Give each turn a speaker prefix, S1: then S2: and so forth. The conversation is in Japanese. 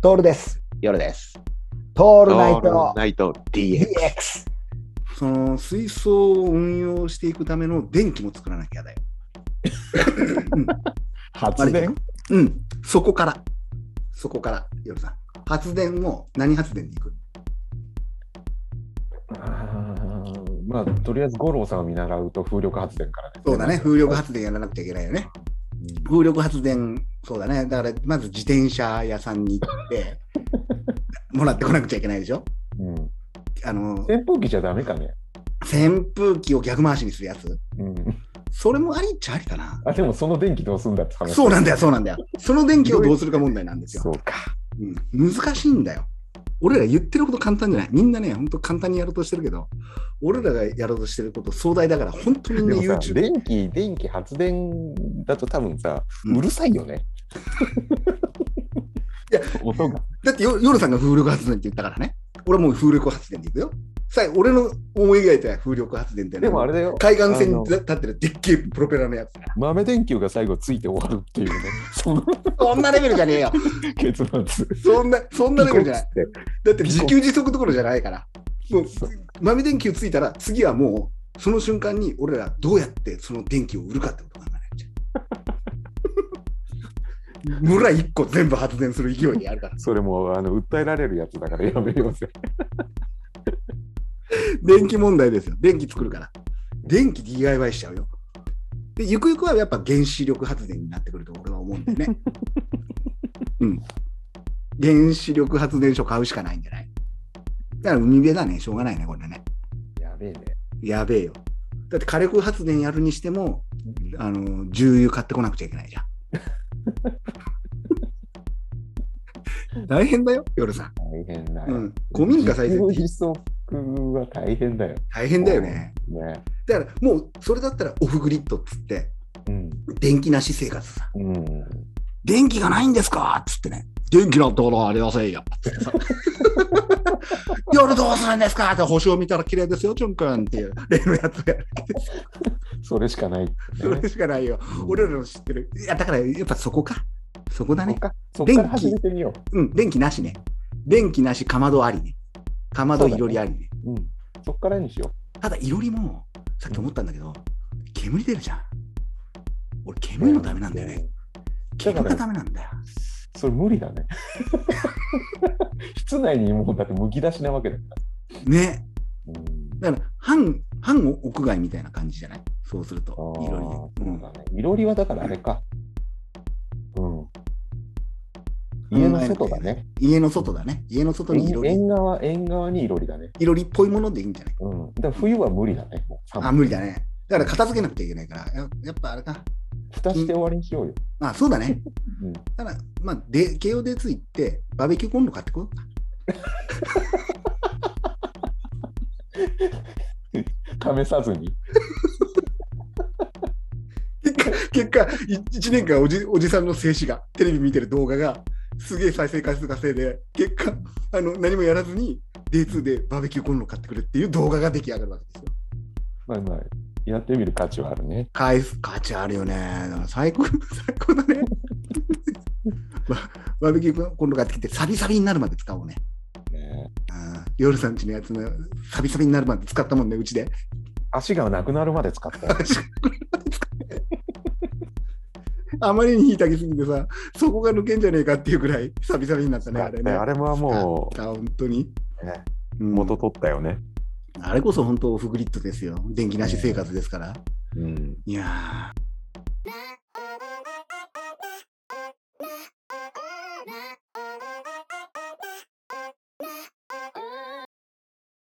S1: トールです。
S2: 夜です。
S1: ト
S2: オ
S1: ールナイト
S2: ナイト DX。
S1: DX。
S3: その水槽を運用していくための電気も作らなきゃだよ。
S1: 発電
S3: うん、そこから。そこから、ヨルさん。発電を何発電に行く
S4: あーまあ、とりあえず五郎さんを見習うと風力発電からね。
S3: そうだね、風力発電やらなくちゃいけないよね。風力発電、そうだね。だから、まず自転車屋さんに行 って、もらってこなくちゃいけないでしょ。
S4: うん。
S3: あの、
S4: 扇風機じゃダメかね。
S3: 扇風機を逆回しにするやつ。
S4: うん。
S3: それもありっちゃありかな。
S4: あ、でもその電気どうすんだって話。
S3: そうなんだよ、そうなんだよ。その電気をどうするか問題なんですよ
S4: そ。うか。
S3: うん、難しいんだよ。俺ら言ってること簡単じゃない。みんなね、ほんと簡単にやろうとしてるけど、俺らがやろうとしてること壮大だから、本当に
S4: で
S3: ね、
S4: もさ、
S3: YouTube。
S4: 電気、電気発電だと多分さ、
S3: うん
S4: うるさいよね。
S3: いや、
S4: 音が。
S3: だってよ、夜さんが風力発電って言ったからね。俺はもう風力発電でいくよ。さあ、俺の思い描いた風力発電ってね
S4: でもあれだよ。
S3: 海岸線
S4: あ
S3: に
S4: の
S3: 立ってるでっけえプロペラのやつ。
S4: 豆電球が最後ついて終わるっていうね。 その
S3: そんなレベルじゃねえよ。
S4: 結末。
S3: そんな、そんなレベルじゃ ない。
S4: ピコッつって
S3: だって自給自足どころじゃないから。もう豆電球ついたら次はもうその瞬間に俺らどうやってその電気を売るかってこと考えなきゃ。村一個全部発電する勢いでやるから。
S4: それもあの訴えられるやつだからやめようぜ。
S3: 電気問題ですよ。電気作るから。電気 DIY しちゃうよ。で、ゆくゆくはやっぱ原子力発電になってくると俺は思うんだよね。うん。原子力発電所買うしかないんじゃないだから海辺だね。しょうがないね、これね。
S4: やべえね。
S3: やべえよ。だって火力発電やるにしても、あの、重油買ってこなくちゃいけないじゃん。大変だよ、夜さん。
S4: 大変だ
S3: う
S4: よ。
S3: ん。古民家再生っ
S4: 自給
S3: て
S4: 自足は大変だよ。
S3: 大変だよね。
S4: ね。
S3: だからもう、それだったらオフグリッドっつって、
S4: うん。
S3: 電気なし生活さ。
S4: うん。
S3: 電気がないんですかっつってね。電気なんてものはありませんよ。つってさ夜どうするんですかって星を見たら綺麗ですよ、チュン君っていう例のやつやる。
S4: それしかないって
S3: そ
S4: ね。
S3: れしかないよ。俺らの知ってる。いや、だからやっぱそこか。そこだ
S4: そっ
S3: ね。
S4: かそっから始めてみよ
S3: うん、電気なしね。電気なし、かまどありね。かまど
S4: そうだ
S3: い
S4: ね
S3: ろりありね。
S4: う。うん。そっからにしよ
S3: ただ、いろりも、さっき思ったんだけど、煙出るじゃん。俺、煙もダメなんだよね。
S4: う。だか
S3: 煙が
S4: ら、
S3: ダメなんだよ。
S4: それ無理だね。 室内にもうだってむき出しなわけだか
S3: ね。
S4: ら。
S3: だから、半、半屋外みたいな感じじゃないそうすると、
S4: うん。
S3: い
S4: あ
S3: ろ
S4: あ
S3: り
S4: そ
S3: ね。う
S4: うんだね。いろりはだからあれか。うん。家の外だね。
S3: 家の外だね。家の外にいろり。
S4: 縁側、縁側にいろりだね。
S3: いろりっぽいものでいいんじゃない
S4: うん。だから冬は無理だね。もう
S3: あ、無理だね。だから片付けなくちゃいけないから、ややっぱあれか。
S4: 蓋して終わりにしようよ。
S3: あ、そうだね。
S4: うん。
S3: だから、まあ、で、慶応でつ行って、バーベキューコンロ買ってこようか。
S4: 試さずに。
S3: 結果、1年間おじおじさんの静止画、テレビ見てる動画が、すげえ再生回数稼いで、結果、あの何もやらずに、D2 でバーベキューコンロ買ってくれっていう動画が出来上がるわけですよ。
S4: まあまあ、やってみる価値はあるね。
S3: 返す価値あるよね。だから最高、最 高だね。ババーベキューコンロ買ってきて、サビサビになるまで使おうね。
S4: ね
S3: あー夜さんちのやつのサビサビになるまで使ったもんね、うちで。
S4: 足がなくなるまで使ったよ。
S3: あまりに引いたきすぎてさ、そこが抜けんじゃねえかっていうくらい、サビサビになったね、あれね。
S4: あれはも
S3: あ本当に。
S4: ね
S3: うん
S4: う元取ったよね。
S3: あれこそ本当オフグリッドですよ。電気なし生活ですから。
S4: うん。
S3: いやー